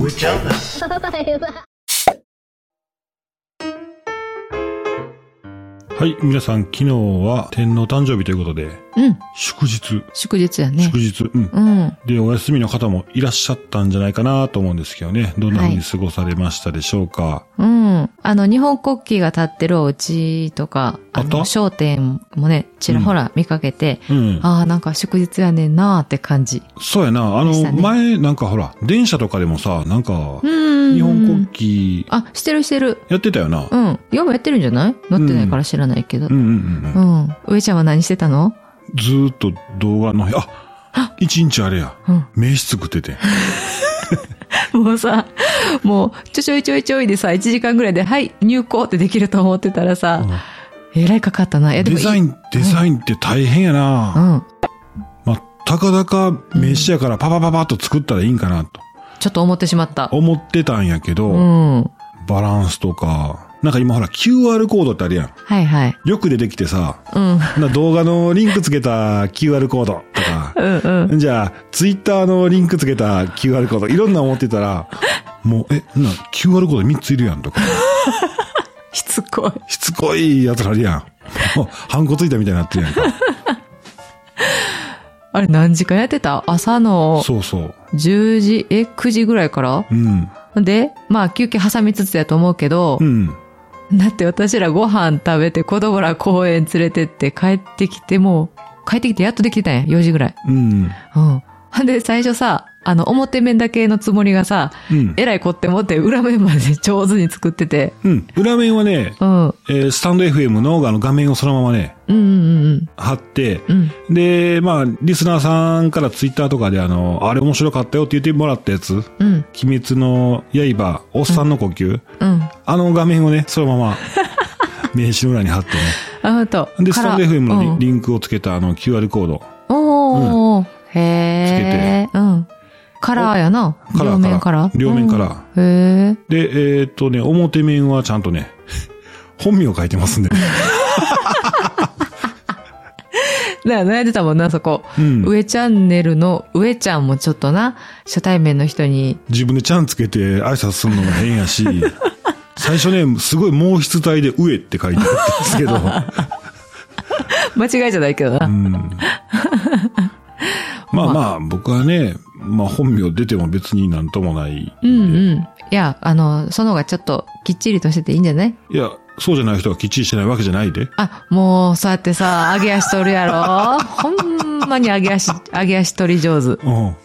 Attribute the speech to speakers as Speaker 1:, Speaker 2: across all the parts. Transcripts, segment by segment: Speaker 1: 植えちゃうな。
Speaker 2: はい、皆さん、昨日は天皇誕生日ということで、
Speaker 3: うん。
Speaker 2: 祝日、
Speaker 3: 祝日やね
Speaker 2: 祝。日、うん。
Speaker 3: うん。
Speaker 2: で、お休みの方もいらっしゃったんじゃないかなと思うんですけどね。どんな風に過ごされましたでしょうか。
Speaker 3: うん。あの、日本国旗が立ってるお家とか、あ
Speaker 2: あ
Speaker 3: の、
Speaker 2: った
Speaker 3: 商店もね、ちらほら見かけて、
Speaker 2: うん。
Speaker 3: ああ、なんか祝日やねんなーって感じ。
Speaker 2: そうやな。あ
Speaker 3: で
Speaker 2: の、
Speaker 3: したね
Speaker 2: 前、なんかほら、電車とかでもさ、なんか
Speaker 3: う、ん。
Speaker 2: 日本国旗、
Speaker 3: あ、してるしてる。
Speaker 2: やってたよな。
Speaker 3: うん。ヨもやってるんじゃない乗ってないから知らないけど
Speaker 2: うん。うんうん
Speaker 3: う
Speaker 2: うん。
Speaker 3: ん。上ちゃんは何してたの
Speaker 2: ずーっと動画の、あ、一日あれや。
Speaker 3: うん。
Speaker 2: 名詞作って て。
Speaker 3: もうさ、もう、ちょちょいちょいちょいでさ、1時間ぐらいで、はい、入校ってできると思ってたらさ、えらいかかったな。いや、で
Speaker 2: デ
Speaker 3: もいい
Speaker 2: ザイン、デザインって大変や
Speaker 3: う
Speaker 2: な。
Speaker 3: ん。
Speaker 2: まあ、たかだか名詞やからパパパパッと作ったらいいんかなと
Speaker 3: ちょっと思ってしまった。
Speaker 2: 思ってたんやけど、
Speaker 3: うん。
Speaker 2: バランスとか、なんか今ほら QR コードってあるやん。
Speaker 3: はいはい。
Speaker 2: よく出てきてさ、
Speaker 3: うん。
Speaker 2: な動画のリンクつけた QR コードとか、
Speaker 3: うんうん。
Speaker 2: じゃあ、ツイッターのリンクつけた QR コード、いろんな思ってたら、もう、え、な、QR コード3ついるやんとか、
Speaker 3: しつこい。
Speaker 2: しつこいやつあるやん。もう、ハンコついたみたいになってるやんか。
Speaker 3: あれ何時間やってた朝の
Speaker 2: そうそう。
Speaker 3: 10時、え、9時ぐらいから
Speaker 2: うん。
Speaker 3: で、まあ休憩挟みつつやと思うけど
Speaker 2: う、ん。
Speaker 3: だって私らご飯食べて子供ら公園連れてって帰ってきてもう、帰ってきてやっとできてたんや、4時ぐらい。
Speaker 2: うん。
Speaker 3: うん。ほんで最初さ、あの表面だけのつもりがさ、
Speaker 2: うん。
Speaker 3: えらいこって持って裏面まで上手に作ってて、
Speaker 2: うん。裏面はね、
Speaker 3: うん。うん
Speaker 2: えースタンド FM のあの画面をそのままね、
Speaker 3: うんうん
Speaker 2: 貼って、
Speaker 3: うん。うん。
Speaker 2: で、まあ、リスナーさんからツイッターとかで、あの、あれ面白かったよって言ってもらったやつ、
Speaker 3: うん。
Speaker 2: 鬼滅の刃、おっさんの呼吸、
Speaker 3: うん。
Speaker 2: あの画面をね、そのま ま、名刺の裏に貼ってね。
Speaker 3: あ、ほんと。
Speaker 2: で、
Speaker 3: か
Speaker 2: ス
Speaker 3: ら
Speaker 2: タンド FM のリ,、
Speaker 3: うん
Speaker 2: リンクをつけたあの QR コード。
Speaker 3: おー、へー。うん。カラーやな。
Speaker 2: カラー
Speaker 3: 両面カラー。
Speaker 2: 両面カラ
Speaker 3: ー。へー。
Speaker 2: で、えーっとね、表面はちゃんとね、本名書いてますん で。
Speaker 3: な、悩んでたもんな、そこ。
Speaker 2: うん
Speaker 3: 上チャンネルの上ちゃんもちょっとな、初対面の人に、
Speaker 2: 自分でちゃんつけて挨拶するのが変やし、最初ね、すごい毛筆体で上って書いてあったんですけど、
Speaker 3: 間違いじゃないけどな。
Speaker 2: うんまあまあ、僕はね、まあ本名出ても別になんともない。
Speaker 3: うんうん。いや、あの、その方がちょっときっちりとしてていいんじゃない
Speaker 2: いや、そうじゃない人がきっちりしてないわけじゃないで。
Speaker 3: あ、もう、そうやってさ、上げ足取るや ろほんまに上げ足、上げ足取り上手。
Speaker 2: うん。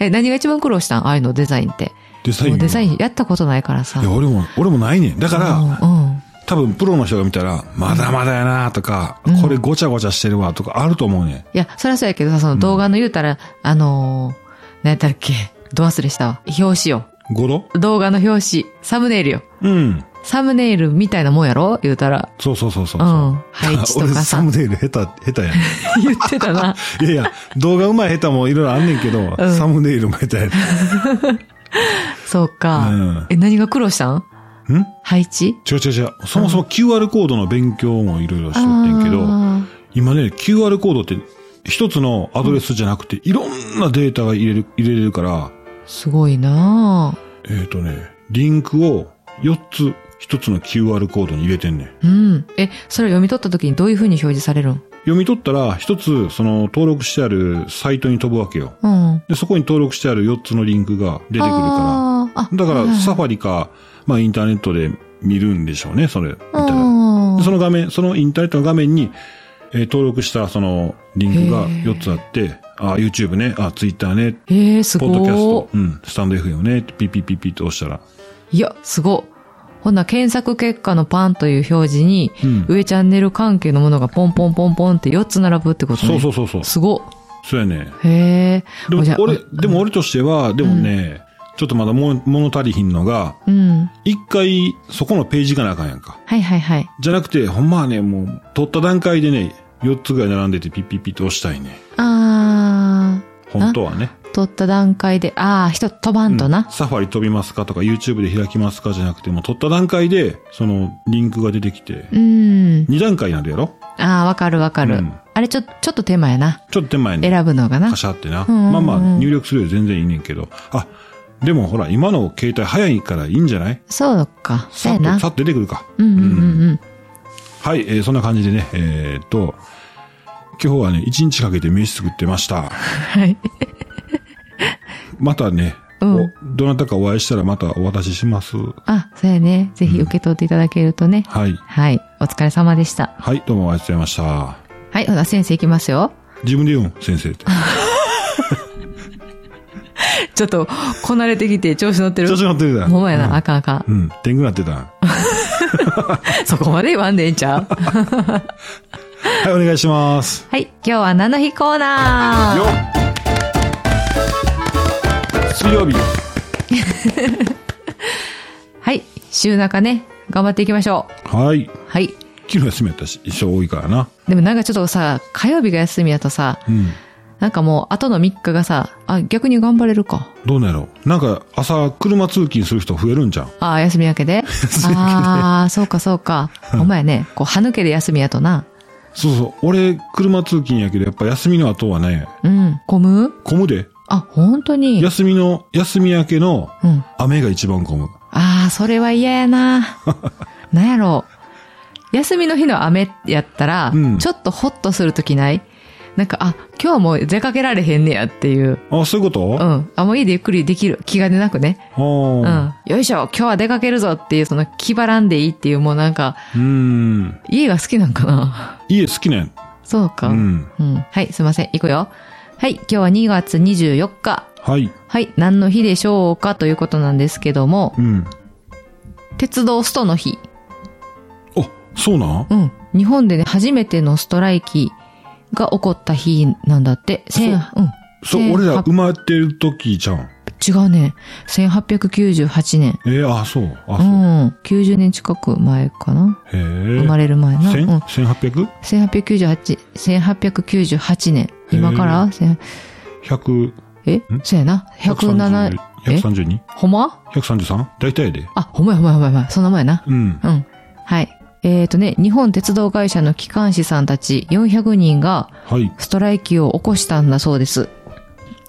Speaker 3: え、何が一番苦労したんああいうのデザインって。
Speaker 2: デザイン
Speaker 3: も
Speaker 2: は。
Speaker 3: うデザインやったことないからさ。
Speaker 2: いや、俺も、俺もないねん。だから、
Speaker 3: うんうん。
Speaker 2: 多分プロの人が見たら、まだまだやなとか、これごちゃごちゃしてるわとかあると思うねん。
Speaker 3: いや、そりゃそうやけどさ、その動画の言うたら、あのー、何やったっけど忘れしたわ。表紙よ。
Speaker 2: 語呂
Speaker 3: 動画の表紙。サムネイルよ。
Speaker 2: うん。
Speaker 3: サムネイルみたいなもんやろ言うたら。
Speaker 2: そうそうそうそう
Speaker 3: う
Speaker 2: そ
Speaker 3: ん
Speaker 2: う。。
Speaker 3: 配置と
Speaker 2: 俺
Speaker 3: か
Speaker 2: サ
Speaker 3: さ
Speaker 2: ム。ネイル下手、下手やん。
Speaker 3: 言ってたな。
Speaker 2: いやいや、動画うまい下手もいろいろあんねんけど、
Speaker 3: うん
Speaker 2: サムネイルも下手や
Speaker 3: そうか。
Speaker 2: うん
Speaker 3: え、何が苦労したん
Speaker 2: ん。ん
Speaker 3: 配置
Speaker 2: 違う違う違う。そもそも QR コードの勉強もいろいろしとってんけど、
Speaker 3: あ
Speaker 2: 今ね、QR コードって一つのアドレスじゃなくて、いろんなデータが入れる、入れれるから、
Speaker 3: ーすごいなあ
Speaker 2: えっ、ー、とね、リンクを4つ一つの QR コードに入れてんねん。
Speaker 3: うん。え、それを読み取った時にどういう風に表示されるん
Speaker 2: 読み取ったら、一つその登録してあるサイトに飛ぶわけよ。
Speaker 3: うん。
Speaker 2: で、そこに登録してある4つのリンクが出てくるか
Speaker 3: あーあ
Speaker 2: ら。だから、サ
Speaker 3: ァ
Speaker 2: ファリか、まあインターネットで見るんでしょうね、それ。見たらでその画面、そのインターネットの画面に、えー登録したそのリンクが
Speaker 3: へー
Speaker 2: 4つあって、あ、YouTube ね、あ、Twitter ね、
Speaker 3: えー、す
Speaker 2: ポ
Speaker 3: ご
Speaker 2: ッドキャスト
Speaker 3: い、。
Speaker 2: うん、スタンド FM ね、ピピピピと押したら。
Speaker 3: いや、すごい。ほんなら検索結果のパンという表示に、
Speaker 2: うん
Speaker 3: 上チャンネル関係のものがポンポンポンポンって4つ並ぶってことね。
Speaker 2: そうそううそうそう。
Speaker 3: すご
Speaker 2: そうやね。
Speaker 3: い。へえ。
Speaker 2: でも
Speaker 3: じゃあ
Speaker 2: 俺、でも俺としては、でもね、ちょっとまだも物足りひんのが、
Speaker 3: うん。
Speaker 2: 一回そこのページ行かなあかんやんか。
Speaker 3: はいはいはい。
Speaker 2: じゃなくて、ほんまはね、もう、取った段階でね、4つぐらい並んでてピッピッピッと押したいね。
Speaker 3: あ
Speaker 2: 本当はね。
Speaker 3: ー、取った段階で、あー、人飛ばんと
Speaker 2: うん
Speaker 3: な。
Speaker 2: サファリ飛びますかとか YouTube で開きますかじゃなくて、もう取った段階で、そのリンクが出てきて、
Speaker 3: うん。
Speaker 2: 2段階になるやろ
Speaker 3: あー、わかるわかる。
Speaker 2: うん
Speaker 3: あれちょ、ちょっと手間やな。
Speaker 2: ちょっと手前に。
Speaker 3: 選ぶのがな
Speaker 2: カ。シャってな。
Speaker 3: うんうんうん
Speaker 2: まあまあ、入力するより全然いいねんけど。あ、でもほら、今の携帯早いからいいんじゃない
Speaker 3: そうか。
Speaker 2: さ
Speaker 3: そうや
Speaker 2: っと、
Speaker 3: な
Speaker 2: さ。っと出てくるか。
Speaker 3: うんうんうんうん。
Speaker 2: はい、えーそんな感じでね、えーっと、今日はね、一日かけて飯作ってました。
Speaker 3: はい。
Speaker 2: またね、
Speaker 3: うん
Speaker 2: おどなたかお会いしたらまたお渡しします。は
Speaker 3: あ、そうやね。ぜひ受け取っていただけるとね。
Speaker 2: い。
Speaker 3: はい。お疲れ様でした。
Speaker 2: はい、どうもありがとうございました。
Speaker 3: はい。ほな、先生いきますよ。
Speaker 2: 自分で言うん、先生って。
Speaker 3: ちょっと、こなれてきて調子乗ってる
Speaker 2: 調子乗ってるだ
Speaker 3: ほんまやな。あかんあかん。
Speaker 2: うん、天狗なってた。は
Speaker 3: そこまで言わんでええんちゃう
Speaker 2: い、お願いします。
Speaker 3: はい。今日は菜の日コーナ
Speaker 2: よ
Speaker 3: ー。
Speaker 2: っ水曜日。
Speaker 3: はい。週中ね、頑張っていきましょ
Speaker 2: はい。
Speaker 3: う。はい。
Speaker 2: 昨日休みやったし、一生多いからな。
Speaker 3: でもなんかちょっとさ、火曜日が休みやとさ、
Speaker 2: うん。
Speaker 3: なんかもう後の3日がさ、あ、逆に頑張れるか。
Speaker 2: どうなんやろうなんか、朝、車通勤する人増えるんじゃん。
Speaker 3: ああ、休み明けで。あ あ、そうかそうか。お前ね、こう、歯抜けで休みやとな。
Speaker 2: そうそう。俺、車通勤やけど、やっぱ休みの後はね、
Speaker 3: うん。混む
Speaker 2: 混むで。
Speaker 3: あ、本当に。
Speaker 2: 休みの、休み明けの、
Speaker 3: うん。
Speaker 2: 雨が一番混む。
Speaker 3: ああ、それは嫌 やな。なんやろう。休みの日の雨やったら、
Speaker 2: うん
Speaker 3: ちょっとホッとするときないなんか、あ、今日もう出かけられへんねやっていう。
Speaker 2: あ、そういうこと
Speaker 3: う
Speaker 2: あ
Speaker 3: ん。あ、もう家でゆっくりできる。気兼ねなくね。う
Speaker 2: あ
Speaker 3: ん。よいしょ、今日は出かけるぞっていう、その気張らんでいいっていう、もうなんか、
Speaker 2: ー。うん。
Speaker 3: 家が好きなんかな。
Speaker 2: 家好きねん。
Speaker 3: そうか。
Speaker 2: うん。
Speaker 3: うん。はい、すいません。行くよ。はい、今日は2月24日。
Speaker 2: はい。
Speaker 3: はい、何の日でしょうかということなんですけども、
Speaker 2: うん。
Speaker 3: 鉄道ストの日。
Speaker 2: あ、そうなん
Speaker 3: うん。日本でね、初めてのストライキが起こった日なんだって。千、うん。
Speaker 2: そう、
Speaker 3: 1800
Speaker 2: 俺ら生まれてる時じゃん。
Speaker 3: 違うね。1898年。
Speaker 2: えー、あ、そう。あ、
Speaker 3: う
Speaker 2: そう。へ
Speaker 3: ん。90年近く前かな。
Speaker 2: え。
Speaker 3: 生まれる前な。う
Speaker 2: 千
Speaker 3: ん。
Speaker 2: 1800
Speaker 3: 1898、1898年。今から1000
Speaker 2: 100
Speaker 3: えそうやな。107、え
Speaker 2: 132?133?
Speaker 3: ほんま
Speaker 2: 大体やで。
Speaker 3: あ、ほんまやほんまやほんまやほんまや。そんな前な。
Speaker 2: うん。
Speaker 3: うん。はい。えっ、とね、日本鉄道会社の機関士さんたち400人が、
Speaker 2: はい。
Speaker 3: ストライキを起こしたんだそうです。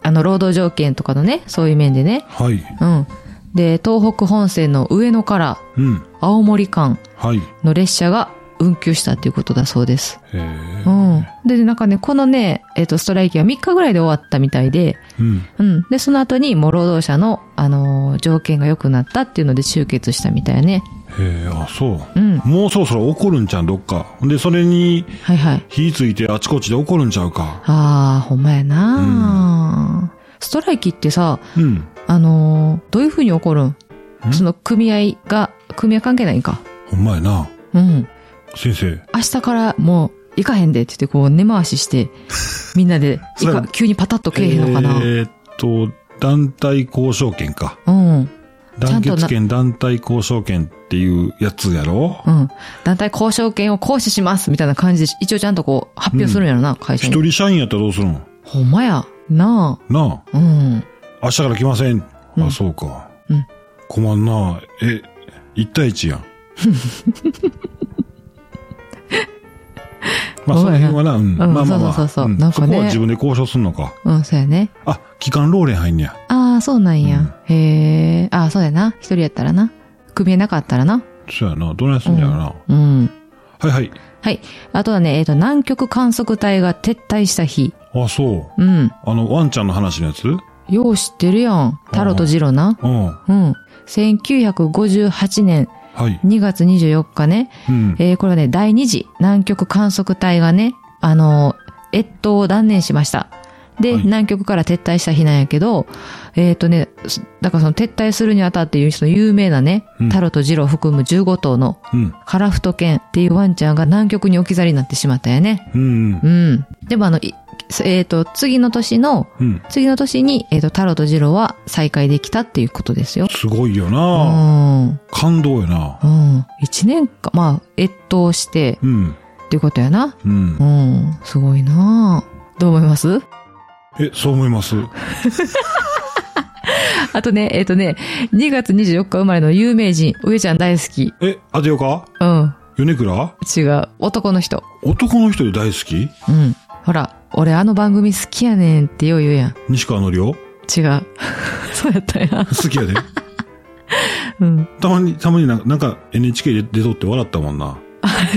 Speaker 3: あの、労働条件とかのね、そういう面でね。
Speaker 2: はい。
Speaker 3: うん。で、東北本線の上野から
Speaker 2: うん。
Speaker 3: 青森間
Speaker 2: はい。
Speaker 3: の列車が運休したっていうことだそうです。
Speaker 2: へえ
Speaker 3: う。ん。で、なんかね、このね、えっ、と、ストライキは3日ぐらいで終わったみたいで、
Speaker 2: うん。
Speaker 3: うん。で、その後に、もう労働者の、あのー条件が良くなったっていうので集結したみたいやね。
Speaker 2: へえ、あ、そう。
Speaker 3: うん。
Speaker 2: もうそろそろ怒るんちゃうどっか。で、それに
Speaker 3: はいはい。
Speaker 2: 火ついてあちこちで怒るんちゃうか。
Speaker 3: あー、ほんまやな、ストライキってさ、
Speaker 2: うん。
Speaker 3: あのーどういう風に起こるん
Speaker 2: ん
Speaker 3: その組合が、組合関係ないんか。
Speaker 2: ほんまやな。
Speaker 3: うん。
Speaker 2: 先生。
Speaker 3: 明日からもう行かへんでって言ってこう根回 しして、みんなで、い
Speaker 2: そうや
Speaker 3: か急にパタッとけえへんのかな。
Speaker 2: えーっと、団体交渉権か。
Speaker 3: うん。ちゃ
Speaker 2: 団
Speaker 3: んとな
Speaker 2: 結権、団体交渉権っていうやつやろ
Speaker 3: うん。団体交渉権を行使しますみたいな感じで、一応ちゃんとこう発表するんやろな、会社
Speaker 2: 一
Speaker 3: に。
Speaker 2: 人社員やったらどうするん
Speaker 3: ほんまや。な
Speaker 2: なあ、
Speaker 3: あ。うん。
Speaker 2: 明日から来ません。
Speaker 3: う
Speaker 2: あ、
Speaker 3: ん
Speaker 2: そうか。
Speaker 3: うん
Speaker 2: 困んな。え、一対一や ん。まあ、その辺はな、うん。まあ
Speaker 3: うん
Speaker 2: まあまあ。
Speaker 3: そうそうそうそうんなんかね
Speaker 2: そこは自分で交渉すんのか。
Speaker 3: うん、そうやね。
Speaker 2: あ、期間老練入んねや。
Speaker 3: ああ、そうなんや。へえ。ああ、そうやな。一人やったらな。組合なかったらな。
Speaker 2: そうやな。どないすんねやろな。
Speaker 3: うん。
Speaker 2: はいはい。
Speaker 3: はい。あとはね、えっ、と、南極観測隊が撤退した日。
Speaker 2: あ、そう。
Speaker 3: うん。
Speaker 2: あの、ワンちゃんの話のやつうん。
Speaker 3: よう知ってるやん。タロとジロな。
Speaker 2: は
Speaker 3: うん。1958年
Speaker 2: い。
Speaker 3: 2月24日ね。
Speaker 2: うん。
Speaker 3: えーこれはね、第2次南極観測隊がね、あのー、越冬を断念しました。で、
Speaker 2: はい
Speaker 3: 南極から撤退した日なんやけど、えっ、とね、すだからその撤退するにあたっていう、その有名なね
Speaker 2: うん、
Speaker 3: タロとジロを含む15頭の
Speaker 2: うん。
Speaker 3: カラフト犬っていうワンちゃんが南極に置き去りになってしまったよね。
Speaker 2: うん。うん
Speaker 3: うん。でもあの、いえっ、と、次の年の、
Speaker 2: うん。
Speaker 3: 次の年に、えっ、と、タロとジロは再会できたっていうことですよ。
Speaker 2: すごいよ
Speaker 3: う
Speaker 2: な。
Speaker 3: ん。うん。
Speaker 2: 感動よな。
Speaker 3: 一年間、まあ、越冬して、
Speaker 2: うん。
Speaker 3: っていうことやな。
Speaker 2: うん
Speaker 3: う。ん。すごいなあどう思います
Speaker 2: え、そう思います。
Speaker 3: あとね、えっ、とね、2月24日生まれの有名人、上ちゃん大好き。
Speaker 2: え、当てようか
Speaker 3: うん。
Speaker 2: 米倉
Speaker 3: 違う。男の人。
Speaker 2: 男の人で大好き
Speaker 3: うん。ほら、俺あの番組好きやねんってよう言うやん。
Speaker 2: 西川のりお
Speaker 3: 違う。 そうやったんや。
Speaker 2: 好き やで。
Speaker 3: うん。
Speaker 2: たまに、たまになんかなんか NHK で出とって笑ったもんな。
Speaker 3: 笑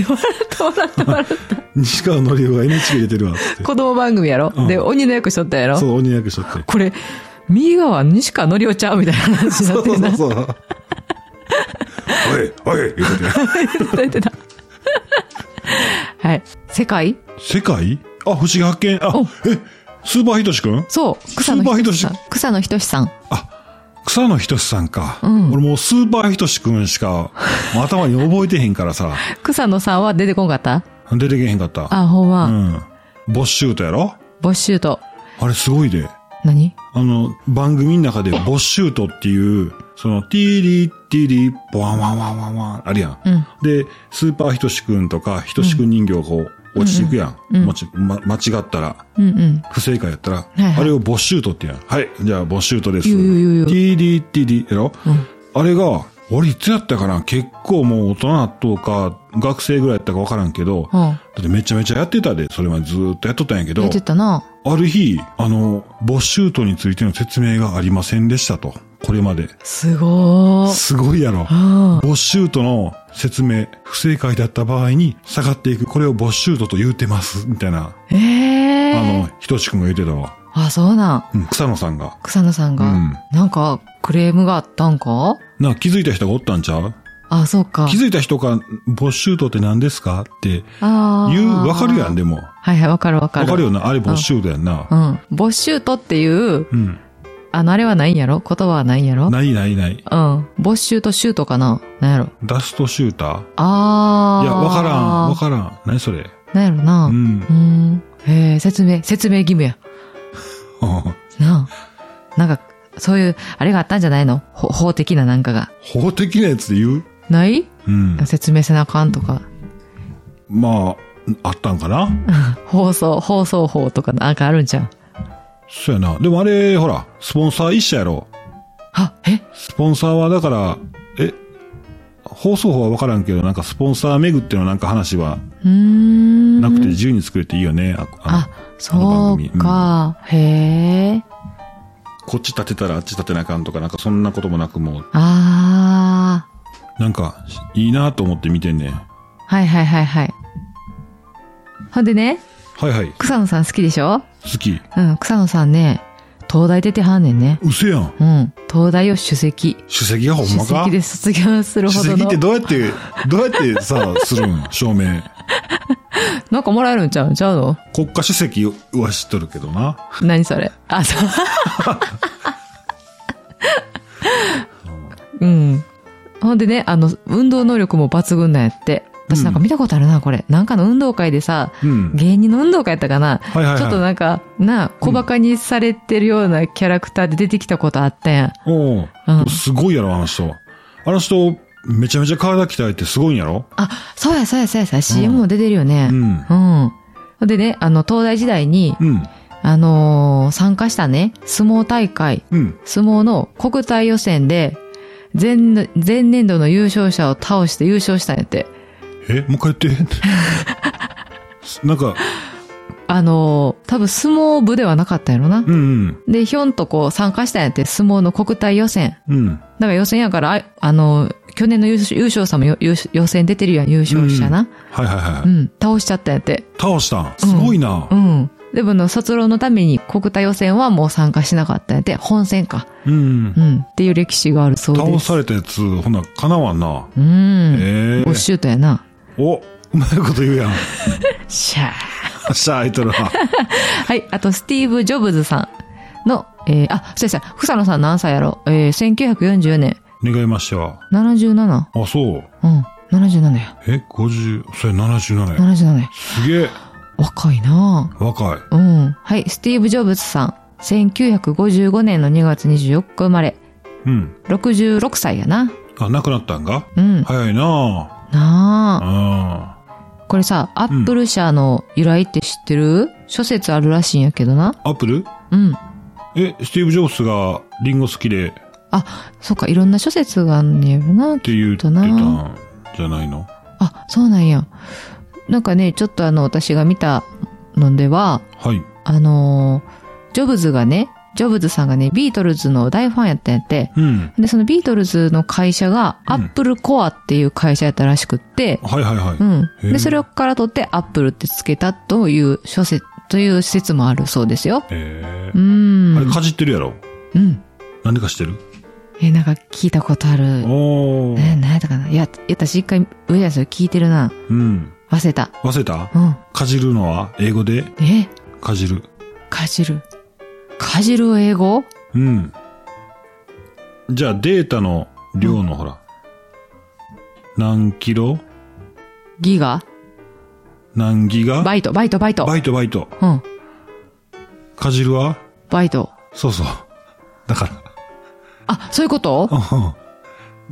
Speaker 3: った笑った。
Speaker 2: 西川のりおが NHK 出てるわ、つって。
Speaker 3: 子供番組やろ、
Speaker 2: うん
Speaker 3: で、鬼の役しとったやろ
Speaker 2: そう、鬼役しとって。
Speaker 3: これ、右側西川のりおちゃうみたいな話にな
Speaker 2: そ
Speaker 3: って
Speaker 2: う
Speaker 3: るな。
Speaker 2: そうそう。おい、おい、言うとって。
Speaker 3: 出てた。 はい。世界
Speaker 2: 世界あ、星が発見。あ
Speaker 3: お、
Speaker 2: え、スーパーヒトシ君
Speaker 3: そう。草野仁
Speaker 2: スー
Speaker 3: さ
Speaker 2: パ
Speaker 3: ん。草野仁さん。
Speaker 2: 草野仁さんか。
Speaker 3: うん
Speaker 2: 俺もうスーパーヒトシ君しかもう頭に覚えてへんから さ、
Speaker 3: 草野さんは出てこんかった
Speaker 2: 出てけへんかった。
Speaker 3: あ、ほんま。
Speaker 2: うん。ボッシュートやろ
Speaker 3: ボッシュート。
Speaker 2: あれすごいで。
Speaker 3: 何
Speaker 2: あの、番組の中でボッシュートっていう、その、ティーリー、ティーリー、ボワンワンワンワンワン、あるやん。
Speaker 3: うん。
Speaker 2: で、スーパーひとしくんとか、ひとしくん人形がこう、落ちていくやん。もちま、間違ったら、
Speaker 3: うんうん。
Speaker 2: 不正解やったら、
Speaker 3: いはい
Speaker 2: あれをボッシュートってやん。はい、じゃあボッシュートです。
Speaker 3: 言う言う言う
Speaker 2: TDTD やろ、あれが、俺いつやったかな結構もう大人なっとうか、学生ぐらいやったかわからんけど、
Speaker 3: うん
Speaker 2: だってめちゃめちゃやってたで、それまでずーっとやっとったんやけど
Speaker 3: 出、てたな。
Speaker 2: ある日、あの、ボッシュートについての説明がありませんでしたと。これまで。
Speaker 3: すごー。
Speaker 2: すごいやろ。
Speaker 3: あ
Speaker 2: ボッシュートの説明、不正解だった場合に下がっていく、これをボッシュートと言うてます、みたいな、
Speaker 3: ーえ
Speaker 2: あ
Speaker 3: ー。
Speaker 2: の、ひとしくんが言うてたわ。
Speaker 3: あ、そうなん。
Speaker 2: うん、草野さんが。
Speaker 3: 草野さんが。
Speaker 2: うん
Speaker 3: なんか、クレームがあったんか
Speaker 2: な、気づいた人がおったんちゃう
Speaker 3: あ、そうか。
Speaker 2: 気づいた人が、ボッシュートって何ですかって
Speaker 3: あ
Speaker 2: 言う、
Speaker 3: ー
Speaker 2: わかるやん、でも。
Speaker 3: はいはい、わかるわか
Speaker 2: わ
Speaker 3: る。
Speaker 2: かるよな、あれボッシュートやんな
Speaker 3: う。ん。ボッシュートっていう、
Speaker 2: うん。
Speaker 3: あの、あれはないんやろ言葉はないんやろ
Speaker 2: ないないない。
Speaker 3: うん。ボッシュートシュートかななんやろ
Speaker 2: ダストシューター
Speaker 3: あー。
Speaker 2: いや、わからん、わからん。何それ。
Speaker 3: なんやろな。
Speaker 2: う。
Speaker 3: うん ーん。へえ、説明、説明義務や。なあ。なんか、そういう、あれがあったんじゃないのほ法的ななんかが。
Speaker 2: 法的なやつで言う
Speaker 3: ない
Speaker 2: うん。
Speaker 3: 説明せなあかんとか。
Speaker 2: まあ、あったんかな
Speaker 3: 放送、放送法とかなんかあるんじゃん。
Speaker 2: そうやな。でもあれ、ほら、スポンサー一社やろ。
Speaker 3: あ、え
Speaker 2: スポンサーはだから、え、放送法はわからんけど、なんかスポンサー巡ってのなんか話は
Speaker 3: うーん。
Speaker 2: なくて自由に作れていいよね。ああの
Speaker 3: あ、そうか。へえ。
Speaker 2: こっち立てたらあっち立てなあかんとか、なんかそんなこともなくもう、
Speaker 3: あー。
Speaker 2: なんか、いいなと思って見てんねん。
Speaker 3: はいはいはいはい。ほんでね、
Speaker 2: はいはい。
Speaker 3: 草野さん好きでしょ
Speaker 2: 好き。
Speaker 3: うん、草野さんね、東大出てはんねんね。
Speaker 2: うせやん。
Speaker 3: うん、東大を首席。
Speaker 2: 主席がほん
Speaker 3: 首
Speaker 2: まか
Speaker 3: 席で卒業するほ
Speaker 2: 主
Speaker 3: ど
Speaker 2: 席って
Speaker 3: の。
Speaker 2: どうやって、どうやってさ、するん証明。
Speaker 3: なんかもらえるんちゃうんちゃうの
Speaker 2: 国家主席は知っとるけどな。
Speaker 3: 何それ あ、そう。うん。ほんでね、あの、運動能力も抜群なんやって。私なんか見たことあるな、これ。なんかの運動会でさ、
Speaker 2: うん。
Speaker 3: 芸人の運動会やったかな、
Speaker 2: いはいはい
Speaker 3: ちょっとなんか、なあ、小馬鹿にされてるようなキャラクターで出てきたことあったやん。
Speaker 2: おう
Speaker 3: うん
Speaker 2: すごいやろ、あの人。あの人、めちゃめちゃ体鍛えてすごいんやろ
Speaker 3: あ、そうやそうやそうやそうや、CM も出てるよね
Speaker 2: う。ん。
Speaker 3: うん。ほんでね、あの、東大時代に、
Speaker 2: うん。
Speaker 3: あのー参加したね、相撲大会、
Speaker 2: うん。
Speaker 3: 相撲の国体予選で、前、前年度の優勝者を倒して優勝したんやって。
Speaker 2: え、もう一回言って。なんか、
Speaker 3: あのー多分相撲部ではなかったんやろな
Speaker 2: う。ん
Speaker 3: で、ひょんとこう参加したんやって、相撲の国体予選。
Speaker 2: うん。うん。
Speaker 3: だから予選やから、ああの、去年の優勝優勝者もよ優予選出てるやん、優勝者な。
Speaker 2: はいはいはい。
Speaker 3: うん、倒しちゃったんやって。
Speaker 2: 倒したん。すごいな
Speaker 3: う。ん。でもの、卒論のために国体予選はもう参加しなかったんやって、本戦か。
Speaker 2: うん
Speaker 3: う。ん。っていう歴史があるそうで
Speaker 2: 倒
Speaker 3: す。
Speaker 2: されたやつ、ほな、かなわんな。
Speaker 3: うん。
Speaker 2: ええ
Speaker 3: ボッシュートやな。
Speaker 2: お、うまいこと言うやん。
Speaker 3: シャー。
Speaker 2: しゃあ、あいつらは。
Speaker 3: はい。あと、スティーブ・ジョブズさんの、えー、あ、そうやそうや、草野さん何歳やろえー、1940年。
Speaker 2: 願いましては。
Speaker 3: 77。
Speaker 2: あ、そう。
Speaker 3: うん。77や。
Speaker 2: え、50、それ77や。
Speaker 3: 77や。
Speaker 2: すげえ。
Speaker 3: 若いなぁ。
Speaker 2: 若い。
Speaker 3: うん。はい、スティーブ・ジョブズさん。1955年の2月24日生まれ。
Speaker 2: うん。
Speaker 3: 66歳やな。
Speaker 2: あ、亡くなったんか
Speaker 3: うん。
Speaker 2: 早いな
Speaker 3: なあ。
Speaker 2: あ
Speaker 3: これさ、アップル社の由来って知ってる、諸説あるらしいんやけどな。
Speaker 2: アップル
Speaker 3: うん。
Speaker 2: え、スティーブ・ジョブスがリンゴ好きでっ
Speaker 3: あ、そっか、いろんな諸説があんねやろな。
Speaker 2: て言ってたんじゃないの
Speaker 3: ああ、そうなんや。なんかね、ちょっとあの、私が見たのでは、
Speaker 2: はい。
Speaker 3: あのージョブズがね、ジョブズさんがね、ビートルズの大ファンやったんやって、
Speaker 2: うん。
Speaker 3: で、そのビートルズの会社が、
Speaker 2: うん
Speaker 3: アップルコアっていう会社やったらしくって、
Speaker 2: はいはいはい。
Speaker 3: うん。
Speaker 2: へえ
Speaker 3: で、それから取ってアップルってつけたという諸説、という説もあるそうですよ。
Speaker 2: え
Speaker 3: うー
Speaker 2: ー、あれ
Speaker 3: ん。
Speaker 2: かじってるやろ
Speaker 3: うん。
Speaker 2: なんでかしてる
Speaker 3: え、なんか聞いたことある。
Speaker 2: お
Speaker 3: え、
Speaker 2: ー。
Speaker 3: 何やったかないや、え私一回、上やそれ聞いてるな。
Speaker 2: うん。
Speaker 3: 忘れた。
Speaker 2: 忘れた
Speaker 3: うん。
Speaker 2: かじるのは英語で
Speaker 3: え、
Speaker 2: かじる。
Speaker 3: かじる。かじるを英語
Speaker 2: うん。じゃあデータの量のほら、何キロ
Speaker 3: ギガ
Speaker 2: 何ギガ
Speaker 3: バイト、バイト、バイト。
Speaker 2: バイトバイト。
Speaker 3: うん。
Speaker 2: かじるは
Speaker 3: バイト。
Speaker 2: そうそう。だから。
Speaker 3: あ、そういうこと
Speaker 2: う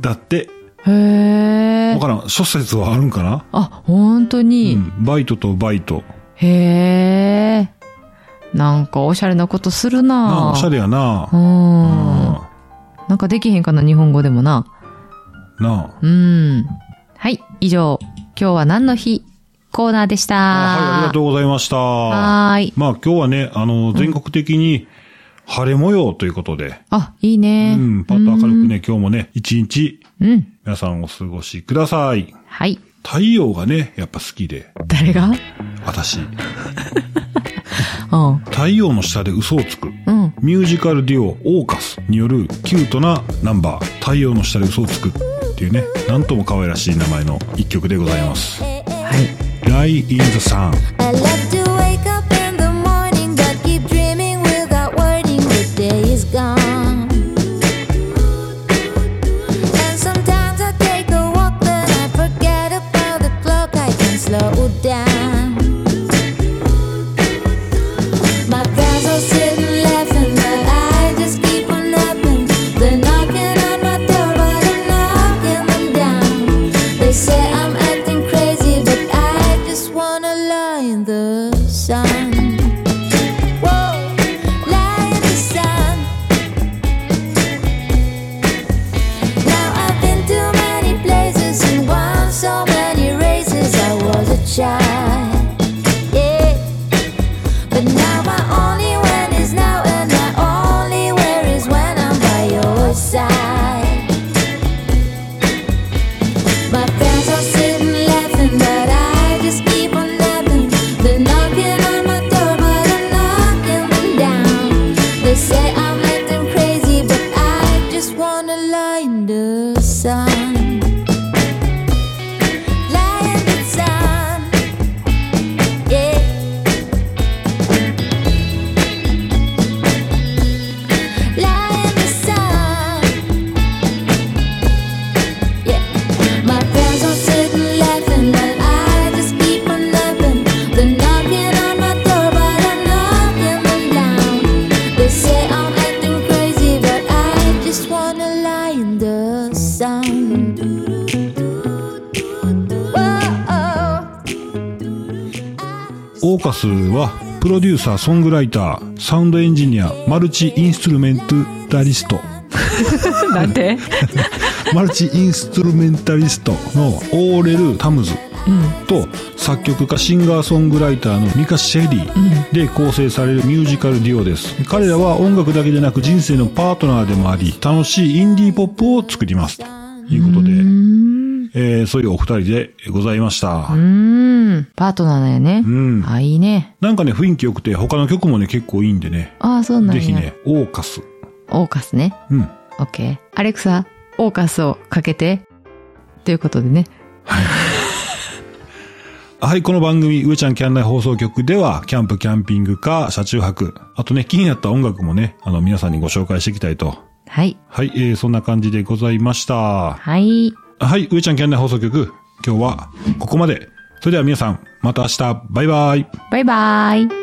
Speaker 2: んだって、
Speaker 3: へえ
Speaker 2: わ。からん。諸説はあるんかな
Speaker 3: あ、本当に。
Speaker 2: うん。バイトとバイト。
Speaker 3: へえ。なんかおしゃれなことする
Speaker 2: なあ、
Speaker 3: な
Speaker 2: おしゃれやな
Speaker 3: う。。
Speaker 2: うんな
Speaker 3: なんかできへんかな、日本語でもな。
Speaker 2: あ。
Speaker 3: うん。はい、以上。今日は何の日コーナーでした。
Speaker 2: はい、ありがとうございました。
Speaker 3: はーい。
Speaker 2: まあ今日はね、あの、全国的に晴れ模様ということで、
Speaker 3: あ、いいうね。
Speaker 2: ん、パッと明るくね、今日もね、一日
Speaker 3: うん。
Speaker 2: 皆さんお過ごしください。
Speaker 3: はい。
Speaker 2: 太陽がね、やっぱ好きで、
Speaker 3: 誰が
Speaker 2: 私。
Speaker 3: うん。
Speaker 2: 太陽の下で嘘をつく。
Speaker 3: うん。
Speaker 2: ミュージカルデュオ、オーカスによるキュートなナンバー、太陽の下で嘘をつくっていうね、なんとも可愛らしい名前の一曲でございます。
Speaker 3: はい。
Speaker 2: Lie in the Sun。
Speaker 1: I love to wake up in the morning, but keep dreaming without warning. The day is gone. And sometimes I take a walk, but I forget about the clock. I can slow down. My friends all sit and laughing, but I just keep on laughing. They're knocking on my door, but I'm knocking them down. They say I'm acting crazy, but I just wanna lie in the sun. Whoa, lie in the sun. Now I've been to many places and won so many races. I was a child. Yeah. But now my only when is now, and my only where is when I'm by your side. My friends are sitting laughing, but I just keep on laughing. They're knocking on my door, but I'm knocking them down. They say I'm acting crazy, but I just wanna lie in the sun. Lie in the sun, yeah. Lie in the sun. Yeah. My friends all sit and laugh and then I just keep on laughing. They're knocking on my door, but I'm knocking them down. They say I'm acting crazy, but I just wanna lie in the sun. Whoa.
Speaker 2: オーカスはプロデューサー、ソングライター、サウンドエンジニア、マルチインストゥルメンタリスト、
Speaker 3: なんて
Speaker 2: マルチインストゥルメンタリストのオーレル・タムズと作曲家、シンガーソングライターのミカ・シェリーで構成されるミュージカルデュオです。彼らは音楽だけでなく人生のパートナーでもあり、楽しいインディーポップを作ります。ということで、えーそういうお二人でございました。
Speaker 3: うん。パートナーだよね。
Speaker 2: ん
Speaker 3: あ、いいね。
Speaker 2: なんかね、雰囲気良くて他の曲もね、結構いいんでね、
Speaker 3: ああ、そうなんや。
Speaker 2: ぜひね、オーカス。
Speaker 3: オーカスね。
Speaker 2: うん。
Speaker 3: オッケー。アレクサ、オーカスをかけて。ということでね。
Speaker 2: はい、この番組、上ちゃんキャンナイ放送局では、キャンプ、キャンピングカー、車中泊。あとね、気になった音楽もね、あの、皆さんにご紹介していきたいと。
Speaker 3: はい。
Speaker 2: はい、えー、そんな感じでございました。
Speaker 3: はい。
Speaker 2: はい、上ちゃんキャンナイ放送局、今日はここまで。それでは皆さん、また明日、バイバイ。
Speaker 3: バイバイ。